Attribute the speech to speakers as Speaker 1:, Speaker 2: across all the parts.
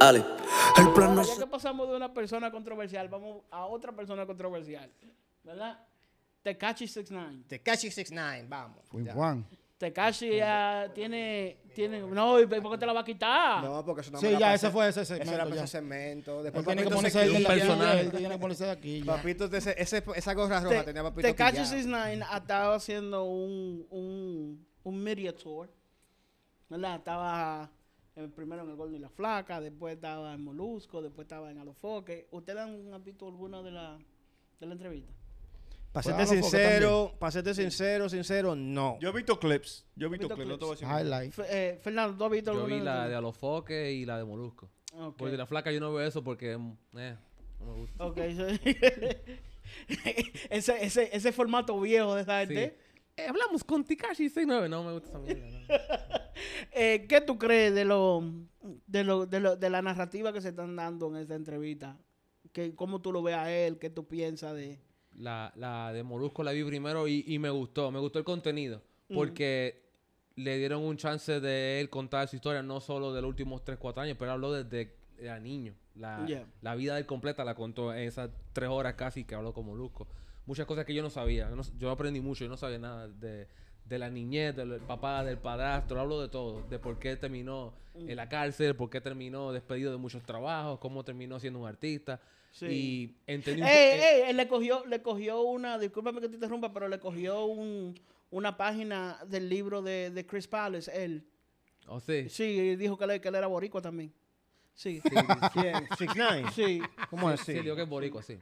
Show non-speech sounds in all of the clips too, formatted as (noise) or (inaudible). Speaker 1: Ale. El plan no
Speaker 2: Ya
Speaker 3: Pues,
Speaker 1: se-
Speaker 2: que pasamos de una persona controversial, vamos a otra persona controversial. ¿Verdad? Tekashi 69.
Speaker 4: Tekashi 69, vamos.
Speaker 5: Fui
Speaker 4: Ya.
Speaker 5: Juan.
Speaker 2: Tekashi ya tiene, tiene. No, ¿y por qué te la va a quitar?
Speaker 4: No, porque eso no
Speaker 5: Sí,
Speaker 4: me la
Speaker 5: ya,
Speaker 4: pasé.
Speaker 5: ese fue ese
Speaker 4: Eso
Speaker 5: segmento,
Speaker 4: era para
Speaker 5: ya.
Speaker 4: ese segmento.
Speaker 5: Él
Speaker 4: Después
Speaker 5: tiene que
Speaker 4: Papito se
Speaker 5: ponerse
Speaker 4: quitó.
Speaker 5: el personaje.
Speaker 3: personaje.
Speaker 5: Él tiene que ponerse de aquí. ya.
Speaker 4: Papito, ese, ese- esa gorra roja tenía papito.
Speaker 2: Tekashi
Speaker 4: quillado.
Speaker 2: 69 ha estado haciendo un, un, un media tour. ¿Verdad? Estaba eh, primero en el Gordo y la Flaca, después estaba en Molusco, después estaba en Alofoque. ¿Ustedes han visto alguna de la, de la entrevista?
Speaker 4: Para serte
Speaker 5: Claro, porque
Speaker 4: sincero, para serte sincero, sincero, no.
Speaker 6: Yo he visto clips. Yo he visto,
Speaker 2: Visto
Speaker 6: clips. No te voy a decir.
Speaker 5: Highlight.
Speaker 2: Fe- eh, Fernando, ¿tú has visto
Speaker 3: Yo
Speaker 2: alguna
Speaker 3: vi la de
Speaker 2: entrevista?
Speaker 3: Alofoque y la de Molusco.
Speaker 2: Ok.
Speaker 3: Porque de la flaca yo no veo eso porque mm, eh, no me gusta.
Speaker 2: Ok, sí. (laughs) ese, ese, ese formato viejo de esa
Speaker 3: Sí.
Speaker 2: gente.
Speaker 3: Eh, hablamos con Tikashi 69. No me gusta esa mierda. no.
Speaker 2: Eh, ¿Qué tú crees de lo, de lo, de lo- de la narrativa que se están dando en esta entrevista? ¿Qué, ¿Cómo tú lo ves a él? ¿Qué tú piensas de...?
Speaker 3: La, la de Molusco la vi primero y, y me gustó. Me gustó el contenido. Porque le dieron un chance de él contar su historia, no solo de los últimos 3, 4 años, pero habló desde que era niño. La,
Speaker 2: Yeah.
Speaker 3: la vida de él completa la contó en esas 3 horas casi que habló con Molusco. Muchas cosas que yo no sabía. Yo, no- yo aprendí mucho, yo no sabía nada de, de la niñez, del papá, del padrastro. Hablo de todo. De por qué terminó en la cárcel, por qué terminó despedido de muchos trabajos, cómo terminó siendo un artista.
Speaker 2: Sí.
Speaker 3: Y entendí
Speaker 2: Ey,
Speaker 3: un po- eh,
Speaker 2: ey, él le cogió, le cogió una... Discúlpame que te interrumpa, pero le cogió un, una página del libro de, de Chris Palace, él.
Speaker 3: Oh, sí.
Speaker 2: Sí, y dijo que él, que él era boricua también. Sí,
Speaker 4: ¿Quién? ¿Six Nine?
Speaker 2: sí.
Speaker 4: ¿Cómo
Speaker 3: (laughs) Sí,
Speaker 4: así?
Speaker 3: digo que es boricua, sí.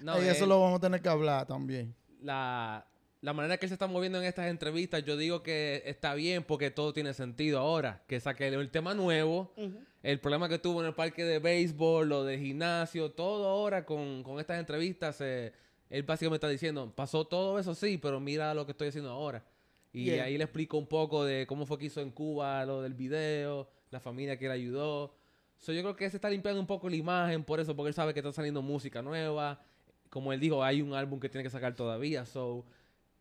Speaker 3: No,
Speaker 5: Ey,
Speaker 3: eh,
Speaker 5: eso lo vamos a tener que hablar también.
Speaker 3: la, la manera que él se está moviendo en estas entrevistas, yo digo que está bien porque todo tiene sentido ahora. Que saque el, el tema nuevo, el problema que tuvo en el parque de béisbol, lo del gimnasio, todo ahora con, con estas entrevistas, eh, él básicamente está diciendo, pasó todo eso, sí, pero mira lo que estoy haciendo ahora. Y
Speaker 2: Yeah.
Speaker 3: ahí le explico un poco de cómo fue que hizo en Cuba, lo del video, la familia que le ayudó. So, yo creo que se está limpiando un poco la imagen por eso, porque él sabe que está saliendo música nueva. Como él dijo, hay un álbum que tiene que sacar todavía. So,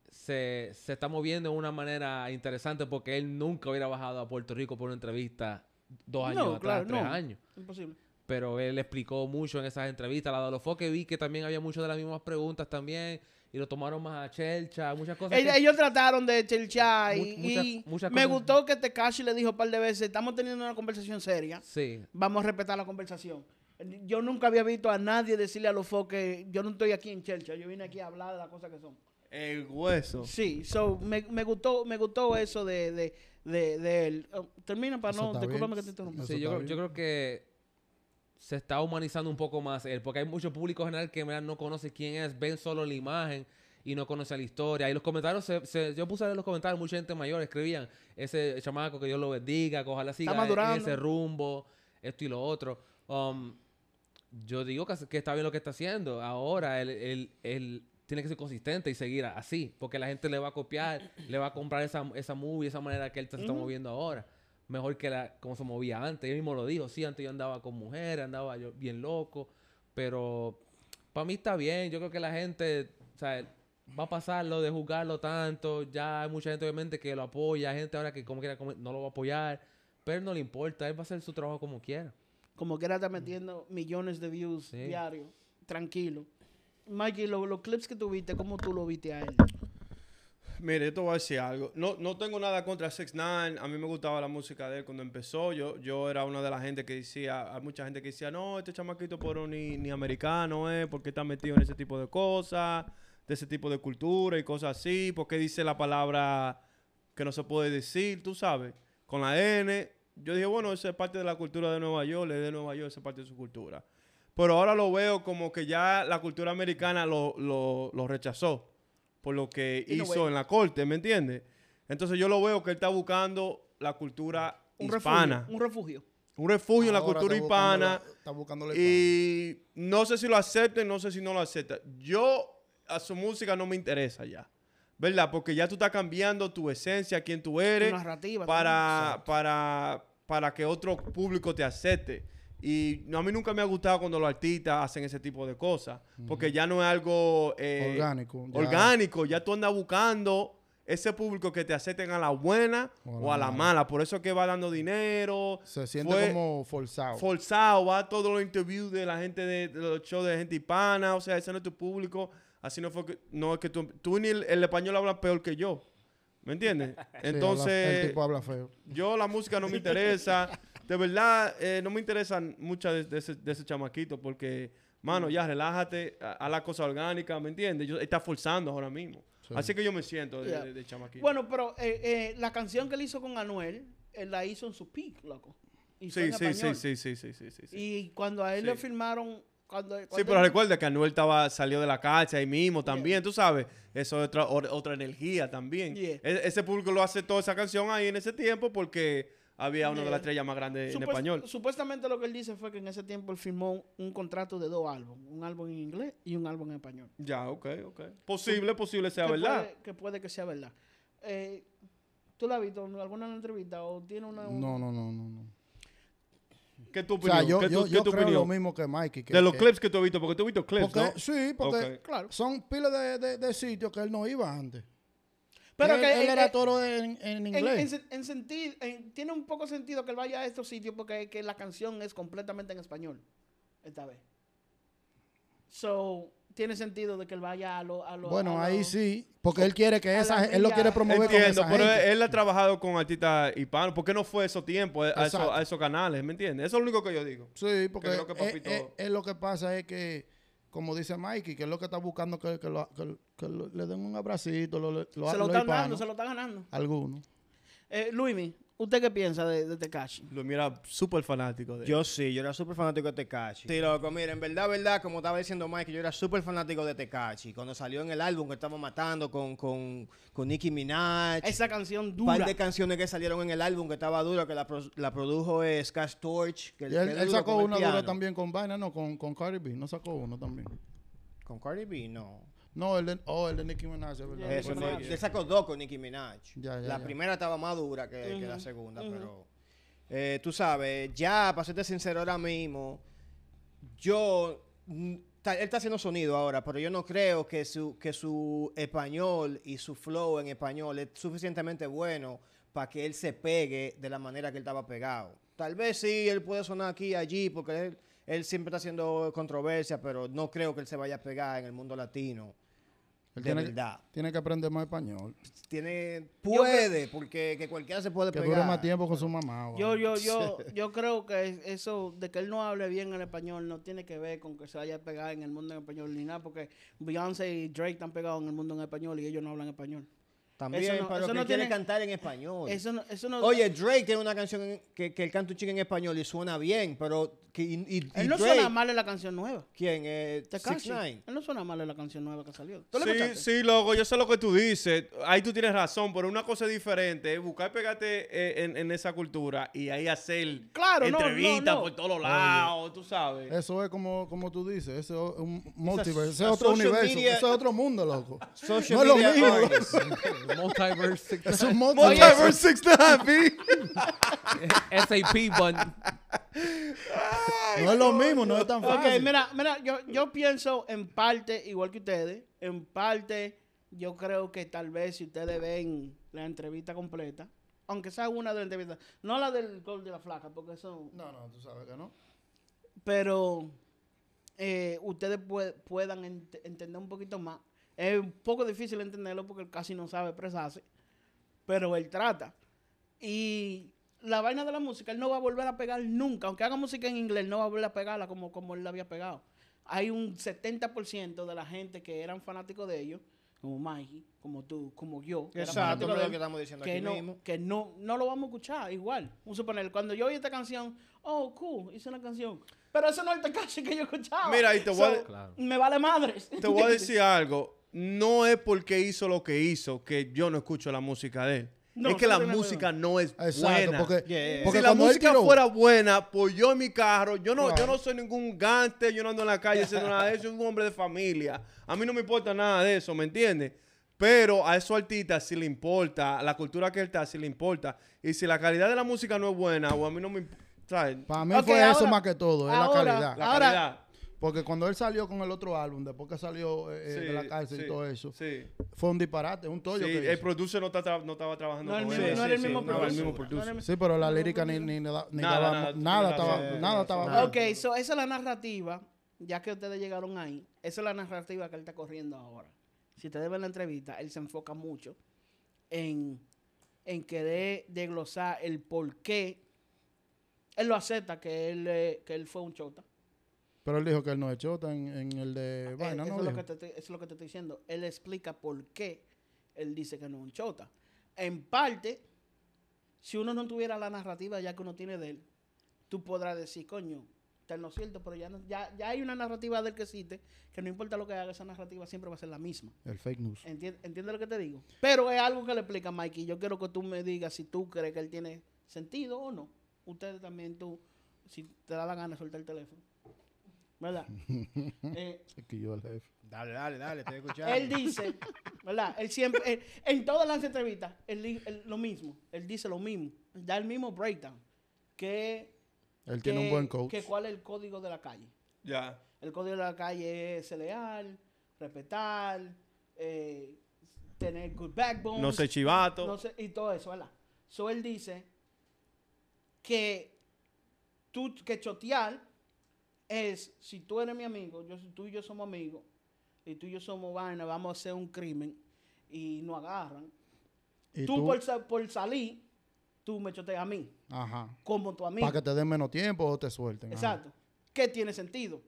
Speaker 3: se, se está moviendo de una manera interesante porque él nunca hubiera bajado a Puerto Rico por una entrevista dos años
Speaker 2: No,
Speaker 3: atrás,
Speaker 2: claro,
Speaker 3: tres
Speaker 2: no.
Speaker 3: años.
Speaker 2: Imposible.
Speaker 3: Pero él explicó mucho en esas entrevistas. La de Olofoque vi que también había muchas de las mismas preguntas también. Y lo tomaron más a chelcha, muchas cosas.
Speaker 2: Ellos,
Speaker 3: que-
Speaker 2: ellos trataron de chelchar
Speaker 3: Mu-
Speaker 2: y,
Speaker 3: muchas-
Speaker 2: y
Speaker 3: muchas
Speaker 2: me
Speaker 3: cosas.
Speaker 2: gustó que Tekashi le dijo un par de veces, estamos teniendo una conversación seria,
Speaker 3: Sí,
Speaker 2: vamos a respetar la conversación. Yo nunca había visto a nadie decirle a los foques, yo no estoy aquí en chelcha, yo vine aquí a hablar de las cosas que son.
Speaker 6: El hueso.
Speaker 2: Sí, so, me, me gustó me gustó eso de, de, de, de él. Oh, termina para
Speaker 5: Eso
Speaker 2: no,
Speaker 5: está
Speaker 2: discúlpame
Speaker 5: bien.
Speaker 2: que te interrumpa.
Speaker 5: Eso
Speaker 3: Sí, yo,
Speaker 5: está
Speaker 3: creo- yo creo que se está humanizando un poco más él, porque hay mucho público general que en verdad, no conoce quién es, ven solo la imagen y no conoce la historia. Y los comentarios, se- se- yo puse en los comentarios, mucha gente mayor escribían, ese chamaco que Dios lo bendiga, que ojalá siga en- en
Speaker 2: madurando.
Speaker 3: ese rumbo, esto y lo otro. Um, yo digo que, hace- que está bien lo que está haciendo. Ahora él, él- él tiene que ser consistente y seguir a- así, porque la gente le va a copiar, le va a comprar esa, esa movie, esa manera que él se está moviendo ahora. Mejor que la, como se movía antes. Él mismo lo dijo, sí, antes yo andaba con mujeres, andaba yo bien loco, pero para mí está bien. Yo creo que la gente, o sea, va a pasarlo de juzgarlo tanto. Ya hay mucha gente, obviamente, que lo apoya. Hay gente ahora que como quiera como no lo va a apoyar, pero no le importa. Él va a hacer su trabajo como quiera. (laughs)
Speaker 2: Como que era está metiendo millones de views
Speaker 3: Sí.
Speaker 2: diarios, tranquilo. Mikey, lo- los clips que tuviste, ¿cómo tú lo viste a él?
Speaker 6: Mire, yo te voy a decir algo. No, no tengo nada contra 6 9 A mí me gustaba la música de él cuando empezó. Yo, yo era una de la gente que decía, hay mucha gente que decía, no, este chamaquito pero ni, ni americano es, porque está metido en ese tipo de cosas, de ese tipo de cultura y cosas así, porque dice la palabra que no se puede decir, tú sabes, con la N. Yo dije, bueno, eso es parte de la cultura de Nueva York, es de Nueva York, esa es parte de su cultura. Pero ahora lo veo como que ya la cultura americana lo, lo- lo rechazó por lo que
Speaker 2: In a
Speaker 6: hizo
Speaker 2: way.
Speaker 6: en la corte, ¿me entiendes? Entonces yo lo veo que él está buscando la cultura
Speaker 2: Un
Speaker 6: hispana,
Speaker 2: refugio. Un refugio.
Speaker 6: un refugio en la
Speaker 5: Ahora
Speaker 6: cultura
Speaker 5: está buscando
Speaker 6: hispana.
Speaker 5: la- Está buscando la hispana.
Speaker 6: Y no sé si lo acepta y no sé si no lo acepta. Yo a su música no me interesa ya. ¿Verdad? Porque ya tú estás cambiando tu esencia, quién tú eres,
Speaker 2: Tu narrativa
Speaker 6: para, para, para que otro público te acepte. Y no, a mí nunca me ha gustado cuando los artistas hacen ese tipo de cosas. Porque ya no es algo eh,
Speaker 5: Orgánico, ya.
Speaker 6: Orgánico. Ya tú andas buscando ese público que te acepten a la buena
Speaker 5: O a
Speaker 6: o
Speaker 5: la
Speaker 6: a la
Speaker 5: mala.
Speaker 6: mala. Por eso es que va dando dinero.
Speaker 5: Se siente
Speaker 6: Fue-
Speaker 5: como forzado.
Speaker 6: forzado, va a todos los interviews de la gente de, de los shows de gente hispana, o sea, ese no es tu público, así no fue que, no es que tú, tú ni el, el español hablas peor que yo, ¿me
Speaker 5: (laughs)
Speaker 6: entiendes?
Speaker 5: Sí, habla- el
Speaker 6: Entonces,
Speaker 5: tipo habla feo.
Speaker 6: yo la música no me interesa, de verdad, eh, no me interesan muchas de, de ese, de ese chamaquito, porque, mano, ya relájate, a, a la cosa orgánica, ¿me entiendes? Yo, está forzando ahora mismo,
Speaker 5: Sí.
Speaker 6: así que yo me siento de,
Speaker 2: Yeah.
Speaker 6: de- de chamaquito.
Speaker 2: Bueno, pero eh, eh, la canción que él hizo con Anuel, él la hizo en su peak, loco. Y fue
Speaker 6: sí,
Speaker 2: en
Speaker 6: sí, sí,
Speaker 2: español.
Speaker 6: sí, sí, sí, sí, sí, sí.
Speaker 2: Y cuando a él le
Speaker 6: Sí.
Speaker 2: firmaron... Cuando,
Speaker 6: Sí,
Speaker 2: cuando
Speaker 6: pero
Speaker 2: él-
Speaker 6: recuerda que Anuel estaba, salió de la calle ahí mismo también, tú sabes. Eso es otra, or- otra energía también.
Speaker 2: Yeah.
Speaker 6: E- ese público lo hace toda esa canción ahí en ese tiempo porque había una de
Speaker 2: Yeah.
Speaker 6: las estrellas más grandes en
Speaker 2: Supuest-
Speaker 6: español.
Speaker 2: Supuestamente lo que él dice fue que en ese tiempo él firmó un, un contrato de dos álbumes, un álbum en inglés y un álbum en español.
Speaker 6: Ya, ok, ok. Posible, posible sea
Speaker 2: que
Speaker 6: verdad.
Speaker 2: Puede, que puede que sea verdad. Eh, ¿Tú la has visto en alguna entrevista o tiene una...
Speaker 5: No, no, no, no. no.
Speaker 6: ¿Qué tu
Speaker 5: O
Speaker 6: opinión?
Speaker 5: sea, yo,
Speaker 6: ¿Qué tu,
Speaker 5: yo,
Speaker 6: qué
Speaker 5: yo
Speaker 6: tu
Speaker 5: creo lo
Speaker 6: opinión?
Speaker 5: mismo que Mikey. que-
Speaker 6: de los
Speaker 5: que-
Speaker 6: clips que tú has visto, porque tú has visto clips,
Speaker 5: porque-
Speaker 6: ¿no?
Speaker 5: Sí, porque
Speaker 6: Ok.
Speaker 2: Claro.
Speaker 5: son pilas de, de, de sitios que él no iba antes.
Speaker 2: Pero
Speaker 5: él,
Speaker 2: que
Speaker 5: él
Speaker 2: eh,
Speaker 5: era
Speaker 2: eh,
Speaker 5: toro en, en
Speaker 2: en, en
Speaker 5: inglés.
Speaker 2: sen- en sentido, en- tiene un poco sentido que él vaya a estos sitios porque que la canción es completamente en español esta vez. So, tiene sentido de que él vaya a lo... A lo-
Speaker 5: bueno,
Speaker 2: a
Speaker 5: ahí
Speaker 2: lo-
Speaker 5: sí, porque él quiere que
Speaker 2: a
Speaker 5: esa,
Speaker 2: la
Speaker 5: gen- él lo
Speaker 2: milla-
Speaker 5: quiere promover
Speaker 6: Entiendo,
Speaker 5: con esa
Speaker 6: pero
Speaker 5: gente.
Speaker 6: él, él ha trabajado con artistas hispanos. ¿Por qué no fue esos tiempos, a, esos,
Speaker 5: Exacto.
Speaker 6: a esos canales? ¿Me entiendes? Eso es lo único que yo digo.
Speaker 5: sí, porque
Speaker 6: creo que
Speaker 5: él-
Speaker 6: Papito-
Speaker 5: él- él lo que pasa es que, como dice Mikey, que es lo que está buscando que, que lo- que- que lo- le den un abracito, lo, lo,
Speaker 2: se lo
Speaker 5: los
Speaker 2: están dando,
Speaker 5: hispanos,
Speaker 2: se lo están ganando.
Speaker 5: algunos.
Speaker 2: Eh, Luimi, ¿usted qué piensa de, de Tekashi?
Speaker 6: Lo mira súper fanático de
Speaker 4: Yo sí, yo era súper fanático de Tecachi. Sí, loco, mira, en verdad, verdad, como estaba diciendo Mike, yo era súper fanático de Tecachi. Cuando salió en el álbum que estamos matando con, con, con Nicki Minaj.
Speaker 2: Esa canción
Speaker 4: Un
Speaker 2: dura.
Speaker 4: par de canciones que salieron en el álbum que estaba dura, que la, pro- la produjo es Cash Torch. Que,
Speaker 5: Y
Speaker 4: que
Speaker 5: él,
Speaker 4: es
Speaker 5: él
Speaker 4: duro
Speaker 5: sacó
Speaker 4: con el
Speaker 5: una dura
Speaker 4: piano.
Speaker 5: también con Vaina, no, con, con Cardi B, no sacó uno también.
Speaker 4: ¿Con Cardi B? No.
Speaker 5: No, el de, oh, el de Nicki Minaj, es verdad.
Speaker 2: Yeah,
Speaker 4: Eso
Speaker 2: Nicki
Speaker 4: fue-
Speaker 2: Minaj.
Speaker 4: Él sacó dos con Nicki Minaj.
Speaker 5: Ya, ya,
Speaker 4: la
Speaker 5: ya.
Speaker 4: primera estaba más dura que, que la
Speaker 2: Ujú,
Speaker 4: segunda,
Speaker 2: ujú.
Speaker 4: pero... eh, tú sabes, ya, para serte sincero ahora mismo, yo... mm, ta- él está haciendo sonido ahora, pero yo no creo que su, que su español y su flow en español es suficientemente bueno para que él se pegue de la manera que él estaba pegado. Tal vez sí, él puede sonar aquí y allí, porque él, él siempre está haciendo controversia, pero no creo que él se vaya a pegar en el mundo latino.
Speaker 5: Él
Speaker 4: de
Speaker 5: tiene,
Speaker 4: verdad
Speaker 5: Que, tiene que aprender más español.
Speaker 4: tiene
Speaker 2: creo-
Speaker 4: puede porque que cualquiera se puede
Speaker 5: Que
Speaker 4: pegar
Speaker 5: dure más tiempo con su mamá. o
Speaker 2: Este Yo,
Speaker 5: algo.
Speaker 2: yo,
Speaker 5: (laughs)
Speaker 2: yo, yo creo que es- eso de que él no hable bien el español no tiene que ver con que se vaya a pegar en el mundo en español ni nada, porque Beyoncé y Drake están pegados en el mundo en español y ellos no hablan español.
Speaker 4: también
Speaker 2: Eso no-
Speaker 4: pero
Speaker 2: eso
Speaker 4: que
Speaker 2: no
Speaker 4: quiere
Speaker 2: tiene-
Speaker 4: cantar en español
Speaker 2: Eso no, eso no,
Speaker 4: oye Drake tiene una canción en- que, que él canta un chico en español y suena bien pero que, y, y- y
Speaker 2: él no
Speaker 4: Drake,
Speaker 2: suena mal en la canción nueva.
Speaker 4: quién eh,
Speaker 2: Tekashi,
Speaker 4: 6ix9ine.
Speaker 2: él no suena mal en la canción nueva que salió. ¿Tú la
Speaker 6: Sí,
Speaker 2: escuchaste?
Speaker 6: sí, loco, yo sé lo que tú dices. Ahí tú tienes razón, pero una cosa es diferente es buscar pegarte eh, en, en esa cultura y ahí hacer
Speaker 2: Claro, no,
Speaker 6: entrevistas
Speaker 2: no, no.
Speaker 6: por todos los lados, tú sabes.
Speaker 5: Eso es como, como tú dices, ese es un
Speaker 4: Esa-
Speaker 5: multiverso, ese
Speaker 4: esa
Speaker 5: es otro
Speaker 4: social
Speaker 5: universo,
Speaker 4: media-
Speaker 5: ese es otro mundo, loco.
Speaker 4: social
Speaker 5: No es lo
Speaker 4: media
Speaker 5: mismo.
Speaker 2: (laughs)
Speaker 4: artist.
Speaker 3: Multiverse
Speaker 5: Es un multiverso.
Speaker 6: Multiverse 69.
Speaker 3: eh, SAP button.
Speaker 5: No es lo mismo, no es tan
Speaker 2: Ok,
Speaker 5: fácil.
Speaker 2: mira, mira, yo, yo pienso en parte, igual que ustedes, en parte yo creo que tal vez si ustedes ven la entrevista completa, aunque sea una de las entrevistas, no la del gol de la flaca, porque eso...
Speaker 5: No, no, tú sabes que no.
Speaker 2: pero eh, ustedes pue- puedan ent- entender un poquito más. Es un poco difícil entenderlo porque él casi no sabe expresarse, pero él trata. Y la vaina de la música, él no va a volver a pegar nunca, aunque haga música en inglés, no va a volver a pegarla como, como él la había pegado. Hay un 70% de la gente que eran fanáticos de ellos, como Mikey, como tú, como yo, que era
Speaker 4: exacto
Speaker 2: fanático
Speaker 4: es
Speaker 2: de
Speaker 4: lo
Speaker 2: él,
Speaker 4: que estamos diciendo
Speaker 2: que
Speaker 4: aquí
Speaker 2: no,
Speaker 4: mismo
Speaker 2: que no, no lo vamos a escuchar igual. Un suponer, cuando yo oí esta canción, oh, cool, hice una canción. Pero eso no es el Tekashi que yo escuchaba.
Speaker 6: Mira, y te voy a-
Speaker 3: Claro.
Speaker 2: Me vale madres.
Speaker 6: Te voy a decir algo. No es porque hizo lo que hizo que yo no escucho la música de él.
Speaker 2: No,
Speaker 6: es que la
Speaker 2: no tiene
Speaker 6: música no es
Speaker 5: Exacto,
Speaker 6: buena.
Speaker 5: porque,
Speaker 4: Yeah.
Speaker 5: porque
Speaker 6: si la
Speaker 5: cuando él
Speaker 6: música
Speaker 5: tiró-
Speaker 6: fuera buena, pues yo en mi carro, yo no, yo
Speaker 5: Claro.
Speaker 6: no soy ningún gante, yo no ando en la calle haciendo nada de eso, soy un hombre de familia. A mí no me importa nada de eso, ¿me entiendes? Pero a esos artistas sí le importa, a la cultura que él está sí le importa. Y si la calidad de la música no es buena, o a mí no me importa.
Speaker 5: Para mí
Speaker 2: Ok,
Speaker 5: fue eso
Speaker 2: ahora-
Speaker 5: más que todo, es
Speaker 2: ahora-
Speaker 5: la calidad.
Speaker 6: La
Speaker 2: Ahora-
Speaker 6: calidad.
Speaker 5: Porque cuando él salió con el otro álbum, después que salió eh, eh,
Speaker 6: Sí,
Speaker 5: de la cárcel
Speaker 6: sí,
Speaker 5: y todo eso,
Speaker 6: Sí.
Speaker 5: fue un disparate, un
Speaker 6: Sí,
Speaker 5: tollo que
Speaker 6: el
Speaker 5: hizo.
Speaker 6: producer no, está tra- no estaba trabajando
Speaker 2: No, el
Speaker 6: con
Speaker 2: mismo-
Speaker 6: él.
Speaker 2: no
Speaker 6: Sí,
Speaker 2: era el
Speaker 6: sí,
Speaker 2: mismo
Speaker 6: no era el mismo
Speaker 2: producer. No era
Speaker 6: producer.
Speaker 2: el mismo-
Speaker 5: Sí, pero la lírica ni, ni, da- ni
Speaker 6: Nada,
Speaker 5: daba-
Speaker 6: nada, tú
Speaker 5: nada,
Speaker 6: tienes
Speaker 5: estaba,
Speaker 6: razón,
Speaker 5: nada
Speaker 6: tienes
Speaker 5: estaba.
Speaker 2: (laughs)
Speaker 4: razón.
Speaker 2: Ok, so esa es la narrativa, ya que ustedes llegaron ahí, esa es la narrativa que él está corriendo ahora. Si ustedes ven la entrevista, él se enfoca mucho en, en querer desglosar el por qué. Él lo acepta que él, eh, que él fue un chota.
Speaker 5: Pero él dijo que él no echó en, en el de
Speaker 2: Eh,
Speaker 5: vaina,
Speaker 2: eso,
Speaker 5: ¿no?
Speaker 2: es lo
Speaker 5: dijo?
Speaker 2: que te, estoy- eso es lo que te estoy diciendo. Él explica por qué él dice que no es un chota. En parte, si uno no tuviera la narrativa ya que uno tiene de él, tú podrás decir, coño, está en lo cierto, pero ya, no- ya, ya hay una narrativa de él que existe, que no importa lo que haga, esa narrativa siempre va a ser la misma.
Speaker 5: El fake news.
Speaker 2: Enti- ¿Entiendes lo que te digo? Pero es algo que le explica Mikey. Yo quiero que tú me digas si tú crees que él tiene sentido o no. Ustedes también, tú, si te da la gana, suelta el teléfono.
Speaker 5: (laughs)
Speaker 2: ¿Verdad? Eh,
Speaker 5: Es que yo el jefe.
Speaker 4: Dale, dale,
Speaker 2: (laughs)
Speaker 4: dale, estoy escuchando.
Speaker 2: él dice, ¿verdad? Él siempre, él- en todas las entrevistas, él, di- él- lo mismo, él dice lo mismo, da el mismo breakdown. Que,
Speaker 5: Él tiene un
Speaker 2: que-
Speaker 5: buen coach.
Speaker 2: Que cuál es el código de la calle.
Speaker 6: Ya.
Speaker 2: El código de la calle es ser leal, respetar, eh, tener good backbone.
Speaker 6: No sé, chivato.
Speaker 2: No sé, y todo eso, ¿verdad? So él dice que tú, que chotear es, si tú eres mi amigo, yo, tú y yo somos amigos, y tú y yo somos vaina, vamos a hacer un crimen, y nos agarran.
Speaker 5: Y
Speaker 2: Tú,
Speaker 5: tú,
Speaker 2: Por, sa- por salir, tú me choteas a mí,
Speaker 5: ajá.
Speaker 2: como tu amigo.
Speaker 5: Para que te den menos tiempo o te suelten. ajá.
Speaker 2: Exacto. Que tiene sentido.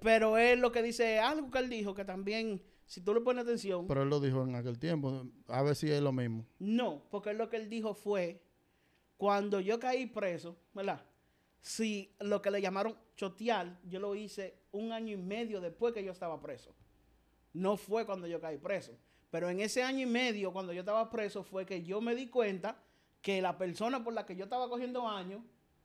Speaker 2: Pero él lo que dice es algo que él dijo, que también, si tú le pones atención,
Speaker 5: Pero él lo dijo en aquel tiempo. A ver si es lo mismo.
Speaker 2: No, porque lo que él dijo fue, cuando yo caí preso, ¿verdad? Si lo que le llamaron chotear, yo lo hice un año y medio después que yo estaba preso. No fue cuando yo caí preso. Pero en ese año y medio, cuando yo estaba preso, fue que yo me di cuenta que la persona por la que yo estaba cogiendo años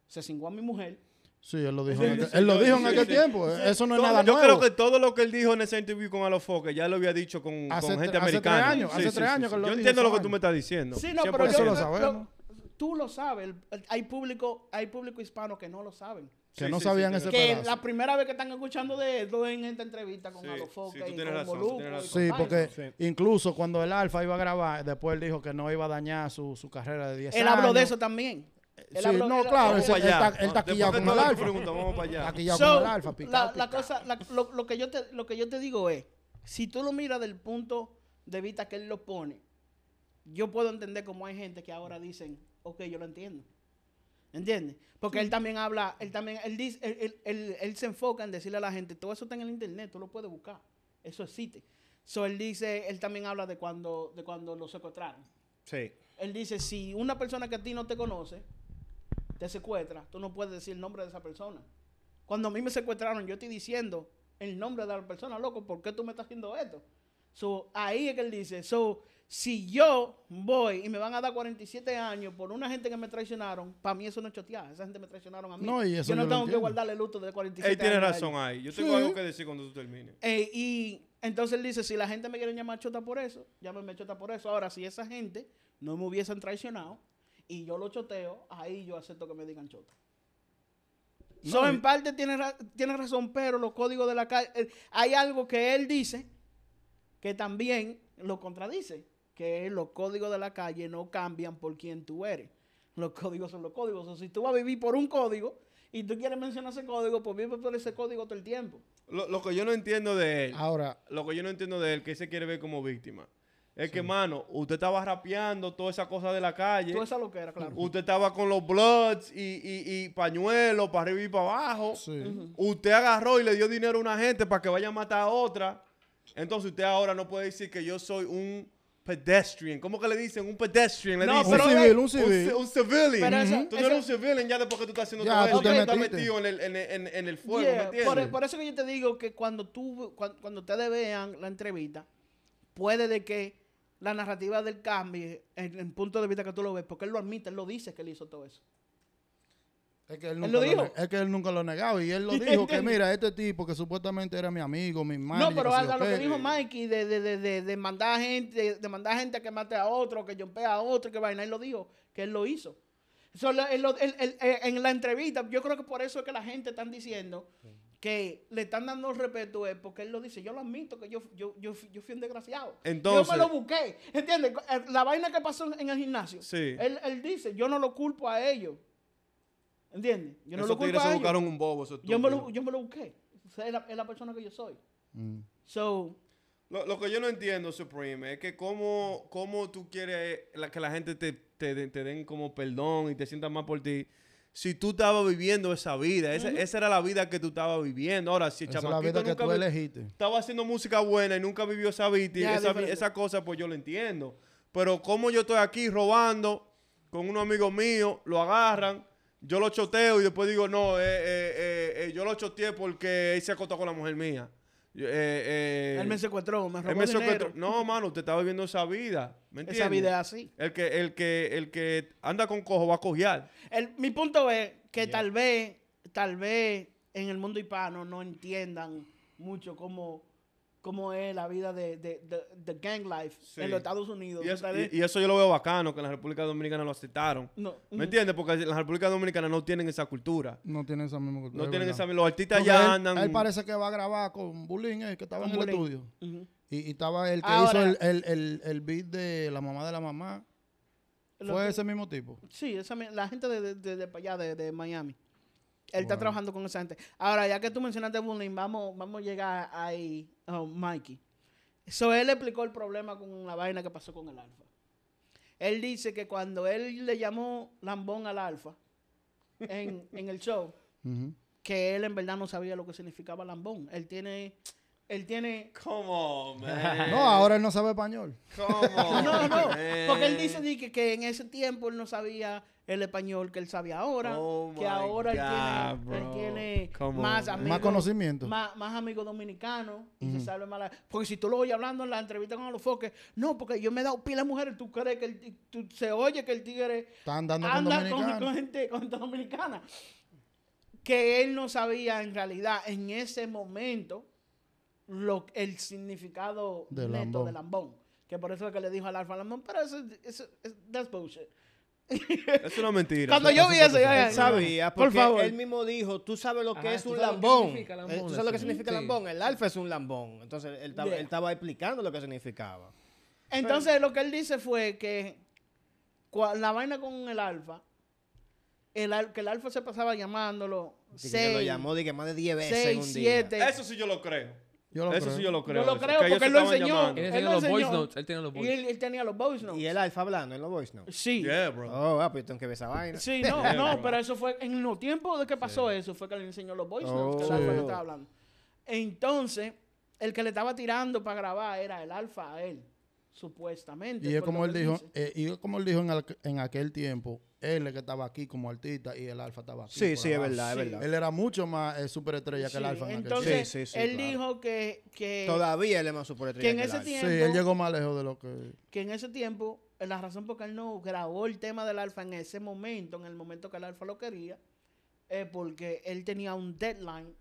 Speaker 2: se cingó a mi mujer.
Speaker 5: Sí, él lo dijo
Speaker 6: Sí,
Speaker 5: en aquel,
Speaker 6: sí,
Speaker 5: él lo
Speaker 6: sí,
Speaker 5: dijo
Speaker 6: sí,
Speaker 5: en aquel
Speaker 6: sí.
Speaker 5: tiempo. Eh, Eso no es
Speaker 6: Todo-
Speaker 5: nada
Speaker 6: yo
Speaker 5: nuevo.
Speaker 6: creo que todo lo que él dijo en ese interview con Alofoque ya lo había dicho con, con
Speaker 5: Hace tre- hace
Speaker 6: gente
Speaker 5: tres
Speaker 6: americana.
Speaker 5: años, hace tres años que
Speaker 6: Yo
Speaker 5: lo dijo
Speaker 6: entiendo lo
Speaker 5: esa
Speaker 6: que tú
Speaker 5: vaina.
Speaker 6: me estás diciendo.
Speaker 2: Sí, no, pero
Speaker 6: 100%.
Speaker 2: yo,
Speaker 5: Eso lo sabemos.
Speaker 2: tú lo sabes. el- el- hay público, hay público hispano que no lo saben.
Speaker 5: que
Speaker 6: Sí,
Speaker 5: no
Speaker 6: sí,
Speaker 5: sabían
Speaker 6: sí,
Speaker 5: ese
Speaker 2: que
Speaker 5: Este pedazo.
Speaker 2: la primera vez que están escuchando de esto en esta entrevista con
Speaker 6: Sí,
Speaker 2: Alofoque
Speaker 6: sí, tú
Speaker 2: y
Speaker 6: tienes
Speaker 2: con
Speaker 6: razón, tú
Speaker 2: Molusco
Speaker 6: tienes
Speaker 2: y
Speaker 6: razón.
Speaker 2: con
Speaker 5: Sí, porque
Speaker 2: Tyson.
Speaker 5: incluso cuando el Alfa iba a grabar, después él dijo que no iba a dañar su, su carrera de 10
Speaker 2: él
Speaker 5: años.
Speaker 2: habló de eso también. Él
Speaker 5: Sí,
Speaker 2: habló-
Speaker 5: no,
Speaker 2: él-
Speaker 5: claro,
Speaker 2: él-
Speaker 6: Vamos
Speaker 5: ese-
Speaker 6: para
Speaker 5: él está-
Speaker 6: allá.
Speaker 5: él está
Speaker 6: Después
Speaker 5: quillado
Speaker 6: de
Speaker 5: como el
Speaker 6: toda tu
Speaker 5: alfa.
Speaker 6: pregunta, Vamos para allá.
Speaker 5: Aquí ya
Speaker 2: So,
Speaker 5: con el Alfa, picado,
Speaker 2: la, la
Speaker 5: picado.
Speaker 2: cosa, la- lo, lo que yo te, lo que yo te digo es, si tú lo miras del punto de vista que él lo pone, yo puedo entender cómo hay gente que ahora dicen, ok, yo lo entiendo. ¿Entiendes? Porque él también habla, él también, él, dice, él, él- él- él se enfoca en decirle a la gente, todo eso está en el internet, tú lo puedes buscar, eso existe. So, él dice, él también habla de cuando, de cuando lo secuestraron.
Speaker 4: Sí.
Speaker 2: Él dice, si una persona que a ti no te conoce te secuestra, tú no puedes decir el nombre de esa persona. Cuando a mí me secuestraron, yo estoy diciendo el nombre de la persona, loco, ¿por qué tú me estás haciendo esto? So, ahí es que él dice, so, si yo voy y me van a dar 47 años por una gente que me traicionaron, para mí eso no es chotear, esa gente me traicionaron a mí.
Speaker 5: No, y eso
Speaker 2: yo no
Speaker 5: yo
Speaker 2: tengo
Speaker 5: lo
Speaker 2: que
Speaker 5: entiendo.
Speaker 2: guardarle el luto de 47
Speaker 6: Él tiene
Speaker 2: años. a
Speaker 6: razón ahí. Yo tengo
Speaker 5: Sí.
Speaker 6: algo que decir cuando tú termines.
Speaker 2: eh, y entonces él dice, si la gente me quiere llamar chota por eso, llámeme chota por eso. Ahora, si esa gente no me hubiesen traicionado y yo lo choteo, ahí yo acepto que me digan chota. so, en parte tiene, ra- tiene razón, pero los códigos de la calle, eh, hay algo que él dice que también lo contradice, que los códigos de la calle no cambian por quien tú eres. Los códigos son los códigos. O sea, si tú vas a vivir por un código y tú quieres mencionar ese código, pues vive por ese código todo el tiempo.
Speaker 6: Lo, lo que yo no entiendo de él,
Speaker 5: Ahora,
Speaker 6: lo que yo no entiendo de él, que él se quiere ver como víctima. Es que, mano, usted estaba rapeando toda esa cosa de la calle.
Speaker 2: Toda esa loquera, claro.
Speaker 6: Usted estaba con los bloods y, y, y pañuelos para arriba y para abajo.
Speaker 5: sí.
Speaker 6: Usted agarró y le dio dinero a una gente para que vaya a matar a otra. Entonces usted ahora no puede decir que yo soy un pedestrian. ¿Cómo que le dicen? Un pedestrian. Le
Speaker 2: No,
Speaker 6: dicen.
Speaker 5: Un
Speaker 2: pero-
Speaker 5: civil,
Speaker 6: Un,
Speaker 5: un civil.
Speaker 6: ci- un civilian.
Speaker 2: Pero eso-
Speaker 6: tú no eres
Speaker 2: eso-
Speaker 6: un civilian ya después que tú estás haciendo
Speaker 5: Ya,
Speaker 6: todo
Speaker 5: tú
Speaker 6: eso.
Speaker 2: te
Speaker 6: Tú estás
Speaker 5: metiste.
Speaker 6: metido en el, en, el- en- en el fuego,
Speaker 2: Yeah,
Speaker 6: ¿me entiendes?
Speaker 2: por, e-, por eso que yo te digo que cuando tú, cuando, cuando ustedes vean la entrevista, puede de que la narrativa del cambie en el punto de vista que tú lo ves, porque él lo admite, él lo dice que él hizo todo eso.
Speaker 5: Es que él
Speaker 2: lo
Speaker 5: nunca, lo,
Speaker 2: dijo.
Speaker 5: ne- es que él nunca lo negaba. Y él
Speaker 2: (laughs)
Speaker 5: lo dijo que, mira, este tipo que supuestamente era mi amigo, mi hermano.
Speaker 2: no, pero Álvaro, lo que dijo Mikey de, de, de, de, de mandar gente, de mandar gente a que mate a otro, que jumpee a otro, que vaina, él lo dijo, que él lo hizo. So, lo- él lo- él- él- eh, en la entrevista, yo creo que por eso es que la gente están diciendo que le están dando respeto es porque él lo dice. Yo lo admito que yo, yo, yo, fui- yo fui un desgraciado. yo
Speaker 6: Entonces-
Speaker 2: me lo busqué. ¿Entiendes? Eh, La vaina que pasó en el gimnasio.
Speaker 6: Sí.
Speaker 2: Él, él dice, yo no lo culpo a ellos. ¿Entiendes? Yo no
Speaker 6: Esos
Speaker 2: lo culpo
Speaker 6: tigres
Speaker 2: a
Speaker 6: se
Speaker 2: ellos.
Speaker 6: buscaron un bobo, esos
Speaker 2: yo, me lo,
Speaker 6: estúpidos.
Speaker 2: yo me lo busqué. O sea, es, la, es la persona que yo soy.
Speaker 5: Mm.
Speaker 2: So,
Speaker 6: Lo, lo que yo no entiendo, Supreme, es que cómo, cómo tú quieres eh, la- que la gente te, te, den- te den como perdón y te sientan más por ti. Si tú estabas viviendo esa vida, esa, esa era la vida que tú estabas viviendo. Ahora, si el
Speaker 5: Esa es la vida
Speaker 6: chamaquito
Speaker 5: que
Speaker 6: nunca
Speaker 5: tú
Speaker 6: vi-
Speaker 5: elegiste.
Speaker 6: estaba haciendo música buena y nunca vivió esa vida, y
Speaker 2: Ya,
Speaker 6: esa, vi-
Speaker 2: diferente.
Speaker 6: esa cosa, pues yo lo entiendo. Pero como yo estoy aquí robando con unos amigos míos, lo agarran, yo lo choteo y después digo, no, eh, eh, eh, eh, yo lo choteé porque él se acostó con la mujer mía. Yo- eh, eh,
Speaker 2: él me secuestró, me robó
Speaker 6: él me
Speaker 2: dinero.
Speaker 6: secuestró. No, mano, usted está viviendo esa vida. ¿Me entiendes?
Speaker 2: Esa vida es así.
Speaker 6: El que, el que, el que anda con cojo va a cojear.
Speaker 2: El- mi punto es que tal vez, tal vez en el mundo hispano no entiendan mucho cómo, cómo es la vida de, de- de- de gang life
Speaker 6: Sí.
Speaker 2: en los Estados Unidos.
Speaker 6: Y eso,
Speaker 2: Tal
Speaker 6: y-
Speaker 2: vez-
Speaker 6: y eso yo lo veo bacano, que en la República Dominicana lo aceptaron.
Speaker 2: no,
Speaker 6: ¿Me entiendes? Porque en la República Dominicana no tienen esa cultura.
Speaker 5: No tienen esa misma cultura.
Speaker 6: No
Speaker 5: es
Speaker 6: tienen
Speaker 5: verdad.
Speaker 6: esa... Los artistas
Speaker 5: Porque
Speaker 6: ya
Speaker 5: él-
Speaker 6: andan...
Speaker 5: Él parece que va a grabar con Bulín, el que estaba
Speaker 2: Con
Speaker 5: en el
Speaker 2: Bulín.
Speaker 5: estudio.
Speaker 2: Ujú.
Speaker 5: Y, y estaba el que
Speaker 2: Ahora-
Speaker 5: hizo el, el, el, el beat de La mamá de la mamá.
Speaker 2: Lo
Speaker 5: Fue
Speaker 2: que-
Speaker 5: ese mismo tipo.
Speaker 2: Sí, esa mi- la gente de, de, de- de pa' allá, de, de Miami. Él está
Speaker 5: Wow.
Speaker 2: trabajando con esa gente. Ahora, ya que tú mencionaste bullying, vamos, vamos a llegar ahí, oh, Mikey. So, él explicó el problema con la vaina que pasó con el Alfa. Él dice que cuando él le llamó Lambón al Alfa en, en el show,
Speaker 5: Ujú.
Speaker 2: que él en verdad no sabía lo que significaba Lambón. Él tiene... Él tiene...
Speaker 6: Come
Speaker 2: (laughs)
Speaker 6: on, man.
Speaker 5: Eh. No, ahora él no sabe español.
Speaker 6: Come on,
Speaker 2: No,
Speaker 6: (laughs)
Speaker 2: no,
Speaker 6: man.
Speaker 2: porque él dice di que, que en ese tiempo él no sabía el español que él sabía ahora,
Speaker 6: Oh my
Speaker 2: que ahora él
Speaker 6: God,
Speaker 2: tiene, él
Speaker 6: bro.
Speaker 2: tiene
Speaker 6: Come on,
Speaker 2: más
Speaker 6: man.
Speaker 2: amigos,
Speaker 5: Más conocimiento.
Speaker 2: más, más amigos dominicanos y se sabe más. la- Porque si tú lo oyes hablando en la entrevista con los foques, no, porque yo me he dado pila de mujeres, tú crees que el ti- tú- se oye que el tigre
Speaker 5: Está andando con
Speaker 2: anda con,
Speaker 5: dominicanos.
Speaker 2: con gente, con gente dominicana. Que él no sabía en realidad en ese momento lo, el significado
Speaker 5: De
Speaker 2: neto
Speaker 5: lambón.
Speaker 2: de lambón. Que por eso es que le dijo al alfa lambón, pero eso, eso, eso- that's bullshit.
Speaker 6: Es una mentira.
Speaker 2: Cuando yo vi eso, yo
Speaker 4: Él sabía,
Speaker 2: por
Speaker 4: porque
Speaker 2: favor.
Speaker 4: él mismo dijo, tú sabes lo que
Speaker 3: Ajá,
Speaker 4: es
Speaker 3: ¿tú
Speaker 4: un
Speaker 3: sabes lo que
Speaker 4: lambón.
Speaker 3: significa
Speaker 4: Eh,
Speaker 3: lambón?
Speaker 4: Tú sabes lo que
Speaker 3: Sí.
Speaker 4: significa
Speaker 3: Sí.
Speaker 4: lambón. El alfa es un lambón. Entonces él estaba,
Speaker 2: Yeah.
Speaker 4: él estaba explicando lo que significaba.
Speaker 2: Entonces lo que él dice fue que cua- la vaina con el alfa, el, al- que el alfa se pasaba llamándolo
Speaker 4: Así que él lo
Speaker 2: 6,
Speaker 4: llamó de que más de 10 veces en
Speaker 2: 6,
Speaker 4: un día.
Speaker 2: 7.
Speaker 6: Eso sí yo lo creo.
Speaker 5: Yo lo
Speaker 6: Eso
Speaker 5: creo.
Speaker 6: sí yo lo creo.
Speaker 2: lo
Speaker 6: eso,
Speaker 2: creo
Speaker 6: que ellos
Speaker 2: porque
Speaker 6: se
Speaker 2: él lo
Speaker 6: estaban
Speaker 2: enseñó.
Speaker 6: llamando.
Speaker 3: Él
Speaker 2: Él
Speaker 3: tenía
Speaker 2: lo
Speaker 3: los voice
Speaker 2: enseñó.
Speaker 3: notes. Él tenía los
Speaker 2: Y
Speaker 3: voice
Speaker 2: él, él tenía los voice notes.
Speaker 4: Y el alfa hablando en los voice notes.
Speaker 2: Sí.
Speaker 6: Yeah, bro.
Speaker 4: Oh, ah, pues yo tengo que ver esa vaina.
Speaker 5: (laughs)
Speaker 2: Sí, no,
Speaker 6: Yeah,
Speaker 2: no,
Speaker 6: bro.
Speaker 2: pero eso fue en los tiempos de que pasó eso, fue que le enseñó los voice notes, que
Speaker 4: Oh.
Speaker 2: el alfa le estaba hablando. Entonces, el que le estaba tirando para grabar era el alfa a él, supuestamente.
Speaker 5: Y es
Speaker 2: por
Speaker 5: como
Speaker 2: lo
Speaker 5: él
Speaker 2: que
Speaker 5: dijo,
Speaker 2: dice.
Speaker 5: eh, y es como él dijo en, al- en aquel tiempo, él es que estaba aquí como artista y el alfa estaba aquí.
Speaker 4: Sí, pues,
Speaker 5: por
Speaker 4: sí, es
Speaker 5: abajo.
Speaker 4: verdad, es
Speaker 2: Sí.
Speaker 4: verdad.
Speaker 5: Él era mucho más eh, superestrella que
Speaker 2: Sí,
Speaker 5: el alfa en aquel tiempo.
Speaker 2: Entonces,
Speaker 4: Sí, sí, sí,
Speaker 2: él
Speaker 4: claro.
Speaker 2: dijo que, que,
Speaker 4: Todavía él es más superestrella
Speaker 2: que en
Speaker 4: el
Speaker 2: ese
Speaker 4: Alfa.
Speaker 2: tiempo-
Speaker 5: Sí, él llegó más lejos de lo que...
Speaker 2: que en ese tiempo, eh, la razón por qué él no grabó el tema del alfa en ese momento, en el momento que el alfa lo quería, es porque él tenía un deadline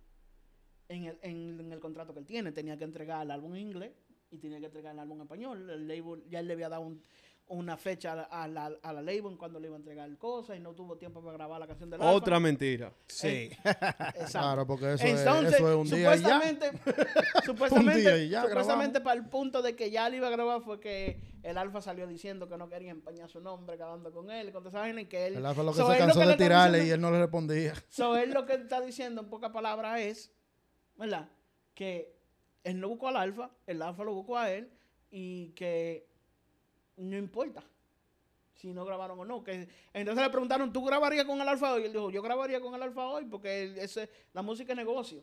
Speaker 2: en el, en- en el contrato que él tiene. Tenía que entregar el álbum en inglés y tenía que entregar el álbum en español. El label, ya él le había dado un- una fecha a la, a la, a la label cuando le iba a entregar el cosa y no tuvo tiempo para grabar la canción del Alfa.
Speaker 6: Otra mentira.
Speaker 4: Sí.
Speaker 2: Exacto.
Speaker 5: Claro, porque eso,
Speaker 2: Entonces,
Speaker 5: es, eso es un día y ya. (laughs)
Speaker 2: supuestamente, (laughs) supuestamente,
Speaker 5: Un día y ya
Speaker 2: supuestamente para el punto de que ya le iba a grabar fue que el Alfa salió diciendo que no quería empañar su nombre acabando con él, con toda esa vaina y que él...
Speaker 5: El alfa lo que
Speaker 2: So,
Speaker 5: se
Speaker 2: él
Speaker 5: cansó
Speaker 2: que le
Speaker 5: de
Speaker 2: está
Speaker 5: tirarle y
Speaker 2: diciendo-
Speaker 5: él no le respondía.
Speaker 2: So, él lo que está diciendo en pocas palabras es, ¿verdad? Que él no buscó al Alfa, el Alfa lo buscó a él y que no importa si no grabaron o no. Que, entonces le preguntaron, ¿tú grabarías con el Alfa hoy? Y él dijo, yo grabaría con el Alfa hoy porque el- ese, la música es negocio.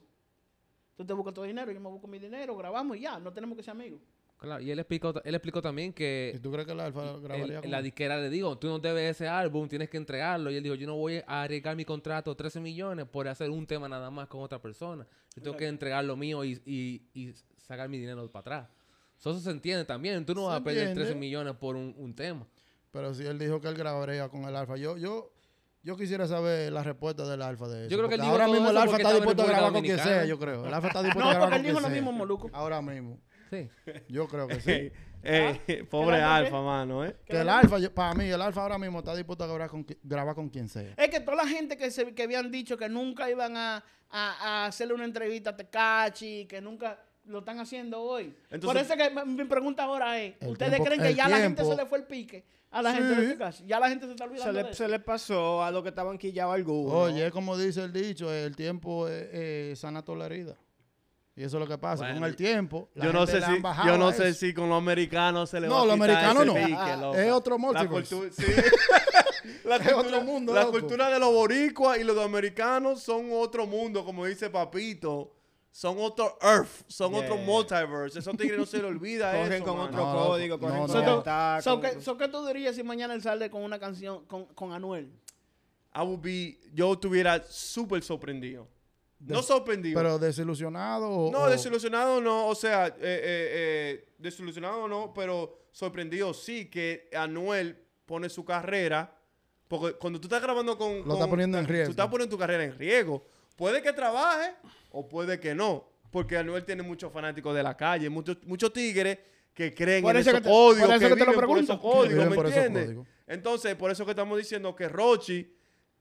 Speaker 2: Tú te buscas tu dinero, yo me busco mi dinero, grabamos y ya, no tenemos que ser amigos.
Speaker 3: Claro, y él explicó, ta- él explicó también
Speaker 5: ¿Y
Speaker 3: que
Speaker 5: tú crees que el alfa grabaría
Speaker 3: Eh, el-
Speaker 5: con
Speaker 3: la disquera le dijo, tú no debes ese álbum, tienes que entregarlo. Y él dijo, yo no voy a arriesgar mi contrato 13 millones por hacer un tema nada más con otra persona. Yo tengo que entregar lo mío y, y- y sacar mi dinero para atrás. So, eso se entiende también. Tú no
Speaker 5: Se
Speaker 3: vas a perder
Speaker 5: entiende.
Speaker 3: 13 millones por un, un tema.
Speaker 5: Pero si él dijo que él grabaría con el alfa, yo, yo, yo quisiera saber la respuesta del alfa de eso.
Speaker 3: Yo creo que él
Speaker 5: porque
Speaker 3: dijo
Speaker 5: ahora
Speaker 3: todo
Speaker 5: mismo el
Speaker 3: eso
Speaker 5: alfa
Speaker 3: porque
Speaker 5: está
Speaker 3: estaba en
Speaker 5: dispuesto a
Speaker 3: República
Speaker 5: grabar con quien sea,
Speaker 3: Dominicana. (laughs)
Speaker 5: yo creo. El alfa está dispuesto
Speaker 2: No,
Speaker 5: a grabar
Speaker 2: porque
Speaker 5: con
Speaker 2: él dijo (laughs)
Speaker 5: quien
Speaker 2: lo
Speaker 5: sea.
Speaker 2: mismo, Moluco.
Speaker 3: Sí.
Speaker 5: Ahora mismo.
Speaker 3: Sí.
Speaker 5: Yo creo que sí.
Speaker 6: Ey, Ey, Eh, pobre
Speaker 2: ¿Qué la-
Speaker 6: Alfa, mano, ¿eh?
Speaker 5: Que el alfa, yo- para mí, el alfa ahora mismo está dispuesto a grabar con, qui- grabar con quien sea.
Speaker 2: Es que toda la gente que, se, que habían dicho que nunca iban a, a- a hacerle una entrevista a Tecachi, que nunca lo están haciendo hoy. Por
Speaker 6: Entonces-
Speaker 2: eso que mi mi pregunta ahora es,
Speaker 5: El
Speaker 2: ¿ustedes
Speaker 5: tiempo-
Speaker 2: creen que
Speaker 5: el
Speaker 2: ya la gente se
Speaker 5: tiempo-
Speaker 2: le fue el pique a la
Speaker 5: Sí.
Speaker 2: gente de Tecachi? Ya la gente se está
Speaker 4: Se
Speaker 2: olvidando de
Speaker 4: le,
Speaker 2: eso.
Speaker 4: se le pasó a lo que estaban quillado algunos.
Speaker 5: Oye, es como dice el dicho, el tiempo eh, eh, sana toda la herida. Y eso es lo que pasa.
Speaker 6: Bueno,
Speaker 5: con el tiempo, la
Speaker 6: Yo no,
Speaker 5: gente
Speaker 6: sé
Speaker 5: le han
Speaker 6: si,
Speaker 5: bajado
Speaker 6: yo no
Speaker 5: a
Speaker 6: sé
Speaker 5: eso.
Speaker 6: si con los americanos se le va
Speaker 5: No,
Speaker 6: a
Speaker 5: los
Speaker 6: quitar
Speaker 5: americanos
Speaker 6: ese
Speaker 5: no. Ah,
Speaker 6: pique, loco.
Speaker 5: Es otro
Speaker 6: La
Speaker 5: multiverse. (laughs)
Speaker 6: cultu- sí. (laughs) La
Speaker 5: Es otro mundo,
Speaker 6: La
Speaker 5: loco.
Speaker 6: cultura de los boricuas y los americanos son otro mundo, como dice Papito. Son otro Earth, son
Speaker 4: Yeah.
Speaker 6: otro multiverse. Esos tigres no se le olvida
Speaker 4: corren
Speaker 6: eso,
Speaker 4: con
Speaker 6: mano.
Speaker 4: otro
Speaker 5: No, no,
Speaker 4: código, corren
Speaker 5: no,
Speaker 4: con
Speaker 5: no.
Speaker 2: So,
Speaker 4: libertad,
Speaker 2: so,
Speaker 4: con-
Speaker 2: ¿qué, so, ¿qué tú dirías si mañana él sale con una canción con, con Anuel?
Speaker 6: I would be, yo estuviera súper sorprendido. no
Speaker 5: Des-
Speaker 6: sorprendido.
Speaker 5: Pero desilusionado o-
Speaker 6: no,
Speaker 5: o-
Speaker 6: desilusionado no, o sea, eh, eh, eh, desilusionado no, pero sorprendido sí que Anuel pone su carrera. Porque cuando tú estás grabando con.
Speaker 5: Lo está
Speaker 6: con-
Speaker 5: poniendo en riesgo.
Speaker 6: Tú estás poniendo tu carrera en riesgo. Puede que trabaje o puede que no. Porque Anuel tiene muchos fanáticos de la calle, muchos, muchos tigres que creen
Speaker 2: Por
Speaker 6: en
Speaker 2: eso
Speaker 6: esos
Speaker 2: que te-
Speaker 6: códigos,
Speaker 2: por eso
Speaker 6: que,
Speaker 2: que te lo
Speaker 6: viven por
Speaker 2: pregunto.
Speaker 6: esos códigos,
Speaker 5: Viven
Speaker 6: ¿me
Speaker 5: por esos
Speaker 6: entiendes?
Speaker 5: códigos.
Speaker 6: Entonces, por eso que estamos diciendo que Rochi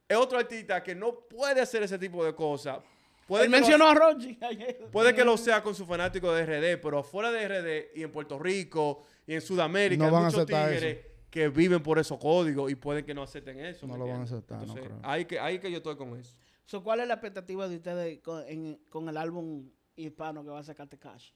Speaker 6: es otro artista que no puede hacer ese tipo de cosas. Puede
Speaker 2: Él
Speaker 6: que lo-
Speaker 2: mencionó a Rochi ayer.
Speaker 6: Puede que
Speaker 5: Mm.
Speaker 6: lo sea con su fanático de RD, pero afuera de RD y en Puerto Rico y en Sudamérica
Speaker 5: No
Speaker 6: hay
Speaker 5: van a
Speaker 6: muchos
Speaker 5: aceptar
Speaker 6: tigres que viven por esos códigos y pueden que no acepten eso.
Speaker 5: No
Speaker 6: ¿me
Speaker 5: lo van a
Speaker 6: entiendes?
Speaker 5: aceptar, no creo.
Speaker 6: Ahí que, ahí que yo estoy con eso.
Speaker 2: So, ¿Cuál es la expectativa de ustedes con, en- con el álbum hispano que va a sacar Tecachi?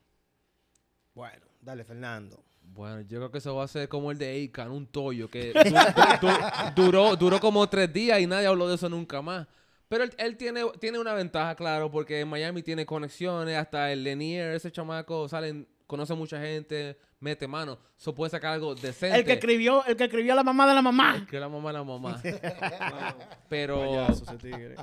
Speaker 4: Bueno, dale, Fernando.
Speaker 3: Bueno, yo creo que eso va a ser como el de Eikan, un toyo que du- du- du- duró, duró como tres días y nadie habló de eso nunca más. Pero él, él tiene, tiene una ventaja, claro, porque en Miami tiene conexiones, hasta el Lenier, ese chamaco, salen, conoce mucha gente, mete mano. Eso puede sacar algo decente.
Speaker 2: El que escribió, el que escribió la mamá de la mamá.
Speaker 3: Que la mamá, la
Speaker 2: (laughs)
Speaker 3: mamá.
Speaker 6: Wow,
Speaker 3: Pero
Speaker 6: payaso ese tigre.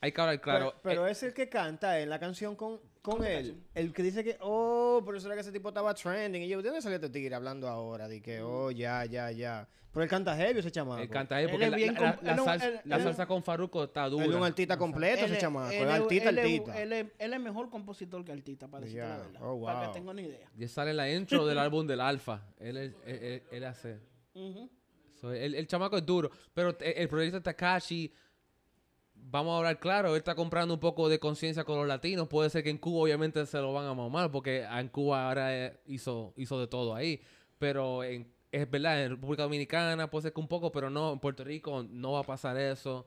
Speaker 3: hay que hablar claro. eh,
Speaker 4: Pero, eh, pero es el que canta en la canción con, con él. El que dice que, oh, por eso era que ese tipo estaba trending. Y yo, ¿de dónde salió este tigre hablando ahora? De que, oh, ya, ya, ya. Pero él canta heavy ese chamaco.
Speaker 3: Eh, canta ahí,
Speaker 2: Él
Speaker 3: porque
Speaker 2: es
Speaker 3: la,
Speaker 2: bien
Speaker 3: la-
Speaker 2: com-
Speaker 3: la
Speaker 2: él es un-
Speaker 3: salsa,
Speaker 2: él-
Speaker 3: la
Speaker 2: él es un-
Speaker 3: salsa con Farruko está dura.
Speaker 4: Él es un artista completo ese
Speaker 2: es-
Speaker 4: chamaco.
Speaker 2: él
Speaker 4: Es
Speaker 2: es-
Speaker 4: artista,
Speaker 2: él es-
Speaker 4: artista.
Speaker 2: Él es, él es mejor compositor que artista, para decirte la
Speaker 4: Ya.
Speaker 2: verdad.
Speaker 4: Oh,
Speaker 2: Para que
Speaker 4: wow.
Speaker 2: tenga una idea.
Speaker 3: Y sale la intro del álbum del Alfa. Él, es- él- él- él hace.
Speaker 5: (laughs)
Speaker 2: Ujú.
Speaker 3: So, el, el chamaco es duro. Pero te- el proyecto Takashi, vamos a hablar claro, él está comprando un poco de conciencia con los latinos. Puede ser que en Cuba obviamente se lo van a mamar, porque en Cuba ahora eh, hizo, hizo de todo ahí. Pero en- es verdad, en República Dominicana puede ser que un poco, pero no, en Puerto Rico no va a pasar eso.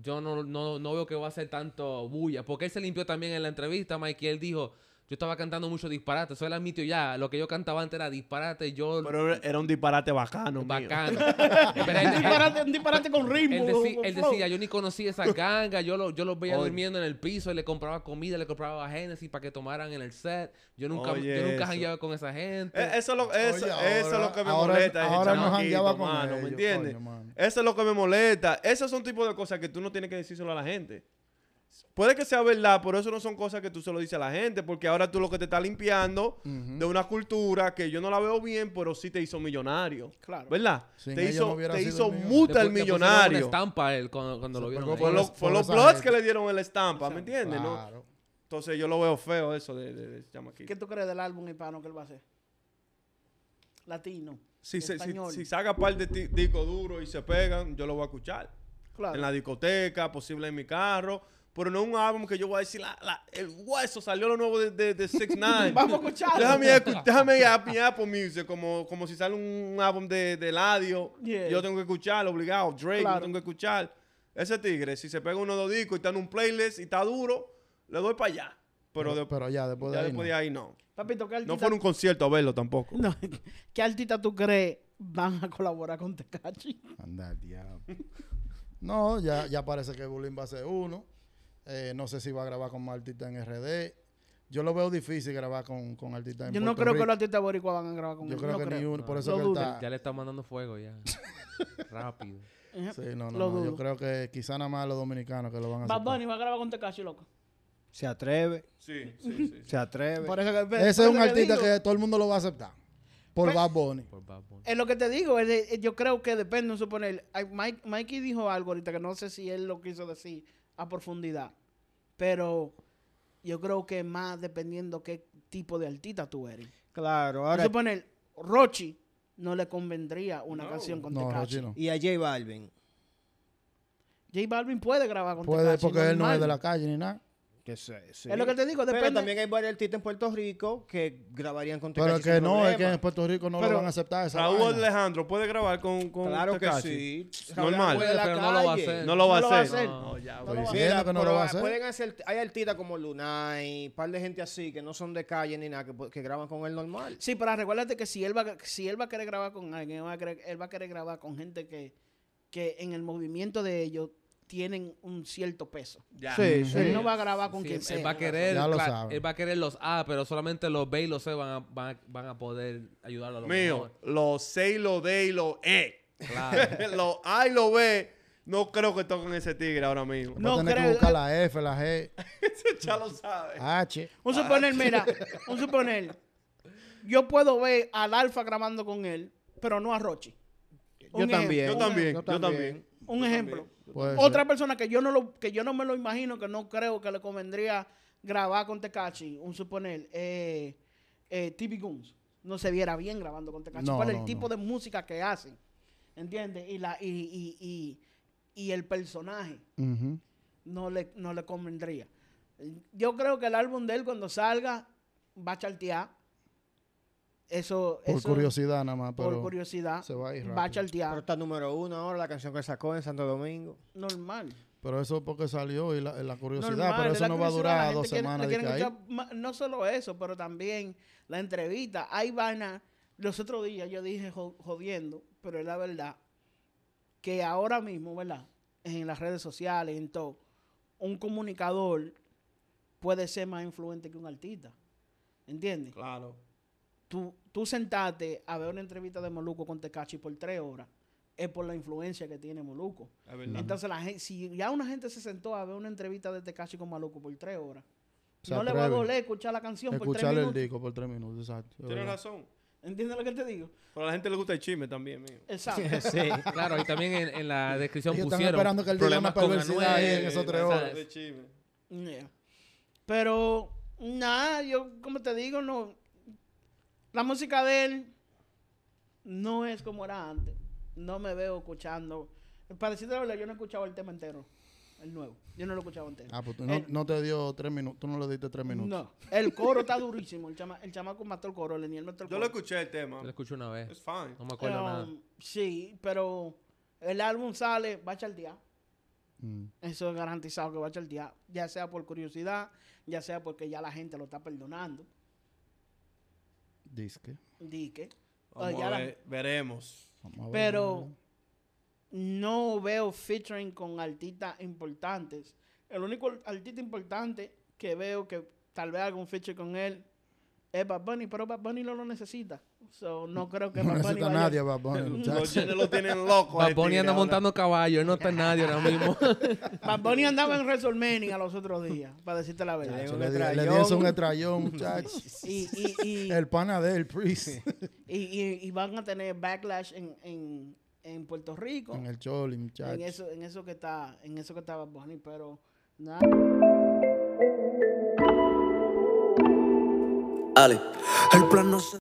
Speaker 3: Yo no, no, no veo que va a ser tanto bulla, porque él se limpió también en la entrevista, Mike, y él dijo... Yo estaba cantando mucho disparate, eso él admitió ya. Lo que yo cantaba antes era disparate, yo
Speaker 6: Pero era un disparate bacano. mío.
Speaker 3: bacano. Pero
Speaker 6: (laughs)
Speaker 3: él-
Speaker 2: Un
Speaker 3: él-
Speaker 2: disparate, un disparate con ritmo.
Speaker 3: él, decí-
Speaker 2: con
Speaker 3: él
Speaker 2: flow.
Speaker 3: decía, yo ni conocía esa ganga, yo, lo, yo los veía
Speaker 6: Oye.
Speaker 3: durmiendo en el piso, le compraba comida, le compraba Genesis para que tomaran en el set. Yo nunca,
Speaker 6: Oye,
Speaker 3: yo nunca
Speaker 6: eso.
Speaker 3: jangueaba con esa gente.
Speaker 6: Eh, Eso, es lo, eso,
Speaker 5: Este, Oye,
Speaker 6: eso es
Speaker 5: ahora-
Speaker 6: lo que me
Speaker 5: ahora-
Speaker 6: molesta. ese
Speaker 5: ahora no
Speaker 6: chamaquito,
Speaker 5: jangueaba con
Speaker 6: mano, ¿Me
Speaker 5: ellos,
Speaker 6: entiendes?
Speaker 5: coño, mano.
Speaker 6: Eso es lo que me molesta. Esas son tipos de cosas que tú no tienes que decírselo a la gente. Puede que sea verdad, pero eso no son cosas que tú se lo dices a la gente, porque ahora tú lo que te estás limpiando
Speaker 5: Ujú.
Speaker 6: de una cultura que yo no la veo bien, pero sí te hizo millonario.
Speaker 2: Claro.
Speaker 6: ¿Verdad?
Speaker 5: Sin
Speaker 6: te
Speaker 5: ellos no
Speaker 6: hizo,
Speaker 5: hubiera
Speaker 6: te
Speaker 5: sido
Speaker 6: hizo
Speaker 5: el millonario.
Speaker 3: Le pu-
Speaker 6: muta el
Speaker 3: le pusieron Una
Speaker 6: millonario.
Speaker 3: estampa a él cuando, cuando
Speaker 5: Se
Speaker 3: lo vieron.
Speaker 5: pegó
Speaker 3: ahí.
Speaker 6: Por los,
Speaker 5: Por
Speaker 6: por
Speaker 5: esa
Speaker 6: los blogs
Speaker 5: gente.
Speaker 6: que le dieron en la estampa, ¿me entiendes? no?
Speaker 5: Claro.
Speaker 6: Entonces yo lo veo feo eso de, de, de chamaquito.
Speaker 2: ¿Qué tú crees del álbum hispano que él va a hacer? Latino.
Speaker 6: Si, se- si,
Speaker 2: español.
Speaker 6: si saca par de ti- discos duros y se pegan, yo lo voy a escuchar.
Speaker 2: Claro.
Speaker 6: En la discoteca, posible en mi carro. Pero no un álbum que yo voy a decir, la- la- el hueso salió lo nuevo de, de, de
Speaker 2: (laughs)
Speaker 6: 6ix9ine.
Speaker 2: Vamos a escucharlo.
Speaker 6: Déjame ir, a escu- déjame ir a mi Apple Music, como, como si sale un álbum de, de Ladio.
Speaker 2: Yeah.
Speaker 6: Yo tengo que escuchar, obligado. Drake, yo
Speaker 2: Claro.
Speaker 6: tengo que escuchar. Ese tigre, si se pega uno de los discos y está en un playlist y está duro, le doy para allá. Pero, de-
Speaker 5: pero ya después de
Speaker 6: ya
Speaker 5: ahí
Speaker 6: después
Speaker 5: no.
Speaker 6: de ahí no.
Speaker 2: Papito, ¿qué artista,
Speaker 6: No fue a un concierto a verlo
Speaker 2: (laughs)
Speaker 6: tampoco.
Speaker 2: No, ¿qué artista tú crees van a colaborar con Tecachi?
Speaker 5: Anda, al diablo. no, ya, ya parece que Bulín va a ser uno. Eh, no sé si va a grabar con más artistas en RD. Yo lo veo difícil grabar con, con artistas en
Speaker 2: Yo no
Speaker 5: Puerto
Speaker 2: creo que
Speaker 5: Rico.
Speaker 2: los artistas boricuas van a grabar con
Speaker 5: Yo
Speaker 2: él,
Speaker 5: creo
Speaker 2: no
Speaker 5: que ni uno. Por
Speaker 3: No.
Speaker 5: eso
Speaker 2: Lo
Speaker 5: que él
Speaker 2: dudo.
Speaker 5: está...
Speaker 3: Ya le está mandando fuego ya. Rápido.
Speaker 2: Ajá.
Speaker 5: Sí, no,
Speaker 2: Lo
Speaker 5: no, no.
Speaker 2: dudo.
Speaker 5: Yo creo que quizá nada más los dominicanos que lo van a
Speaker 2: Bad
Speaker 5: hacer.
Speaker 2: Bunny va a grabar con Tecachi, loco.
Speaker 4: Se atreve,
Speaker 6: Sí, sí, sí. sí.
Speaker 4: se atreve.
Speaker 2: Por eso que, por
Speaker 5: Ese
Speaker 2: eso
Speaker 5: es un artista
Speaker 2: digo-
Speaker 5: que todo el mundo lo va a aceptar. Por
Speaker 2: Pues-
Speaker 5: Bad Bunny.
Speaker 3: Por Bad Bunny.
Speaker 2: Es lo que te digo, es de- eh, yo creo que depende, no suponer. ay, Mike, Mikey dijo algo ahorita que no sé si él lo quiso decir a profundidad, pero yo creo que más dependiendo qué tipo de artista tú eres.
Speaker 4: Claro,
Speaker 2: Por
Speaker 4: ahora
Speaker 2: suponer, Rochi no le convendría una
Speaker 6: No.
Speaker 2: canción con
Speaker 5: No,
Speaker 2: Tekashi.
Speaker 5: Rochi no.
Speaker 4: Y a J Balvin.
Speaker 2: J Balvin puede grabar con
Speaker 5: Puede,
Speaker 2: Tekashi,
Speaker 5: porque él no es
Speaker 2: normal.
Speaker 5: de la calle ni nada.
Speaker 4: Que sé, sí.
Speaker 2: Es lo que te digo, depende.
Speaker 4: Pero también hay varios artistas en Puerto Rico que grabarían con
Speaker 5: Pero
Speaker 4: Tekashi
Speaker 5: que
Speaker 4: sin
Speaker 5: no, es que
Speaker 4: problema.
Speaker 5: en Puerto Rico no
Speaker 6: Pero
Speaker 5: lo van a aceptar esa
Speaker 6: Raúl
Speaker 5: vaina.
Speaker 6: Alejandro puede grabar con, con este
Speaker 4: Claro que
Speaker 6: Tekashi?
Speaker 4: sí.
Speaker 6: Normal.
Speaker 3: Puede, pero no lo va a hacer.
Speaker 6: No lo va
Speaker 2: No
Speaker 6: a hacer.
Speaker 2: No.
Speaker 6: No, ya,
Speaker 5: Estoy
Speaker 6: bro.
Speaker 5: diciendo
Speaker 4: Mira,
Speaker 5: que
Speaker 4: pero
Speaker 5: no
Speaker 4: ah,
Speaker 5: lo va a
Speaker 4: pueden
Speaker 5: hacer.
Speaker 4: hacer, hay artistas como Lunay, un par de gente así que no son de calle ni nada, que, pu- que graban con él normal.
Speaker 2: Sí, pero recuérdate que si él va, si él va a querer grabar con alguien, él va a querer, él va a querer grabar con gente que, que en el movimiento de ellos tienen un cierto peso.
Speaker 6: Ya.
Speaker 4: Sí,
Speaker 5: Ujú.
Speaker 4: sí.
Speaker 2: Él no va a grabar con
Speaker 3: Sí,
Speaker 2: quien
Speaker 3: él
Speaker 2: sea.
Speaker 3: va a querer,
Speaker 5: Ya lo
Speaker 3: cla-
Speaker 5: saben.
Speaker 3: él va a querer los A, pero solamente los B y los C van a, van a, van a poder ayudarlo a lo
Speaker 6: Mío,
Speaker 3: mejor.
Speaker 6: lo C, y lo D y lo E.
Speaker 3: Claro.
Speaker 6: (laughs) lo A y lo B. No creo que toquen ese tigre ahora mismo.
Speaker 5: Va a
Speaker 2: No
Speaker 5: tener que
Speaker 2: creo- eh.
Speaker 5: buscar la F, la G,
Speaker 6: (laughs) ya lo sabe.
Speaker 5: H.
Speaker 2: Un suponer, mira, un suponer. Yo puedo ver al Alfa grabando con él, pero no a Rochi. Un
Speaker 6: Yo
Speaker 2: ejemplo,
Speaker 6: también, yo
Speaker 4: Yo
Speaker 6: también.
Speaker 4: también.
Speaker 2: Un, un ejemplo.
Speaker 5: Puede
Speaker 2: Otra persona que yo no lo, que yo no me lo imagino, que no creo que le convendría grabar con Tekashi, un suponer, eh, eh, TV Guns. No se viera bien grabando con Tekashi
Speaker 5: No,
Speaker 2: por el
Speaker 5: no,
Speaker 2: tipo
Speaker 5: no.
Speaker 2: de música que hacen. ¿Entiendes? Y la, y, y, y- y el personaje
Speaker 5: ser. Ujú.
Speaker 2: no le, no le convendría. Yo creo que el álbum de él cuando salga va a chartear. Eso,
Speaker 5: Por
Speaker 2: eso-
Speaker 5: curiosidad nada más,
Speaker 2: por
Speaker 5: pero
Speaker 2: curiosidad,
Speaker 5: se va a ir
Speaker 2: va a
Speaker 5: rápido.
Speaker 4: Pero
Speaker 2: chartear.
Speaker 4: está número uno ahora, la canción que sacó en Santo Domingo.
Speaker 2: Normal.
Speaker 5: pero eso porque salió y la, la curiosidad,
Speaker 2: Normal,
Speaker 5: pero
Speaker 2: es
Speaker 5: eso
Speaker 2: la
Speaker 5: no va a
Speaker 2: curiosidad, la
Speaker 5: durar
Speaker 2: gente
Speaker 5: dos
Speaker 2: quiere-
Speaker 5: semanas
Speaker 2: le
Speaker 5: de
Speaker 2: quieren
Speaker 5: que ahí.
Speaker 2: escuchar ma- No solo eso, pero también la entrevista. Hay vaina. Los otros días yo dije jo- jodiendo, pero es la verdad que ahora mismo, ¿verdad? En las redes sociales, en todo, un comunicador puede ser más influente que un artista. ¿Entiendes?
Speaker 6: Claro.
Speaker 2: Tú, tú sentarte a ver una entrevista de Moluco con Tecachi por tres horas es por la influencia que tiene Moluco.
Speaker 6: Es verdad.
Speaker 2: Entonces, la gente, si ya una gente se sentó a ver una entrevista de Tekashi con Maluco por tres horas,
Speaker 5: Se
Speaker 2: no le va a
Speaker 5: atreven.
Speaker 2: doler escuchar la canción por tres
Speaker 5: Escucharle el
Speaker 2: minutos.
Speaker 5: disco por tres minutos, exacto. es
Speaker 6: Tienes
Speaker 5: verdad.
Speaker 6: razón.
Speaker 2: ¿Entiendes lo que te digo?
Speaker 6: Pero a la gente le gusta el chisme también, mío.
Speaker 2: Exacto.
Speaker 3: (laughs)
Speaker 4: Sí.
Speaker 3: Claro, y también en, en la descripción
Speaker 5: Ellos están
Speaker 3: pusieron
Speaker 5: esperando que él diga
Speaker 3: problemas
Speaker 5: una
Speaker 3: con
Speaker 5: perversidad ahí en
Speaker 3: Anuel,
Speaker 5: esos tres
Speaker 3: o sea,
Speaker 5: horas.
Speaker 6: De chisme.
Speaker 2: Yeah. Pero, nada, yo, como te digo, no. La música de él no es como era antes. No me veo escuchando. Para decirte la verdad, yo no he escuchado el tema entero, el nuevo. Yo no lo he escuchado entero.
Speaker 5: Ah, pues tú no,
Speaker 2: El-
Speaker 5: no te dio tres minutos, tú no le diste tres minutos.
Speaker 2: No, el coro está durísimo. El, chama, el chamaco mató el coro, Leniel mató el
Speaker 6: Yo
Speaker 2: coro.
Speaker 6: lo escuché el tema.
Speaker 3: Yo lo escuché una
Speaker 6: It's
Speaker 3: vez.
Speaker 6: fine.
Speaker 3: No me acuerdo
Speaker 2: Um,
Speaker 3: nada.
Speaker 2: Sí, pero el álbum sale, va a chartear.
Speaker 5: Mm.
Speaker 2: Eso es garantizado que va a chartear. Ya sea por curiosidad, ya sea porque ya la gente lo está perdonando.
Speaker 5: Disque. Ah,
Speaker 2: Dique. O
Speaker 6: Vamos
Speaker 2: ya
Speaker 6: a
Speaker 2: la-
Speaker 6: ver, veremos.
Speaker 5: Vamos a ver.
Speaker 2: Pero no veo featuring con artistas importantes. El único artista importante que veo que tal vez haga un feature con él es Bad Bunny, pero Bad Bunny no lo necesita. So,
Speaker 5: (laughs)
Speaker 2: no creo que
Speaker 5: no
Speaker 2: Bad Bunny
Speaker 5: necesita
Speaker 2: vaya-
Speaker 5: nadie, Bad
Speaker 6: (laughs)
Speaker 5: Bunny, muchacho.
Speaker 6: Los chinos lo tienen loco.
Speaker 3: Bad
Speaker 6: al
Speaker 3: Bunny
Speaker 6: tigre
Speaker 3: anda
Speaker 6: ahora.
Speaker 3: montando caballo, él no está en nadie ahora mismo.
Speaker 2: Bad Bunny andaba en WrestleMania los otros días, para decirte la verdad.
Speaker 4: Ya,
Speaker 5: Chacho,
Speaker 4: un
Speaker 5: le, di- le
Speaker 4: estrellón.
Speaker 5: di eso un
Speaker 2: (laughs)
Speaker 5: estrellón, muchachos.
Speaker 2: y, y, y,
Speaker 5: el pana de él, Priest.
Speaker 2: y, y- y van a tener backlash en, en, en Puerto Rico
Speaker 5: en
Speaker 2: en,
Speaker 5: el Choli, muchachos.
Speaker 2: eso en eso que está en eso que estaba Bonnie pero nada
Speaker 1: Ale. El plan no se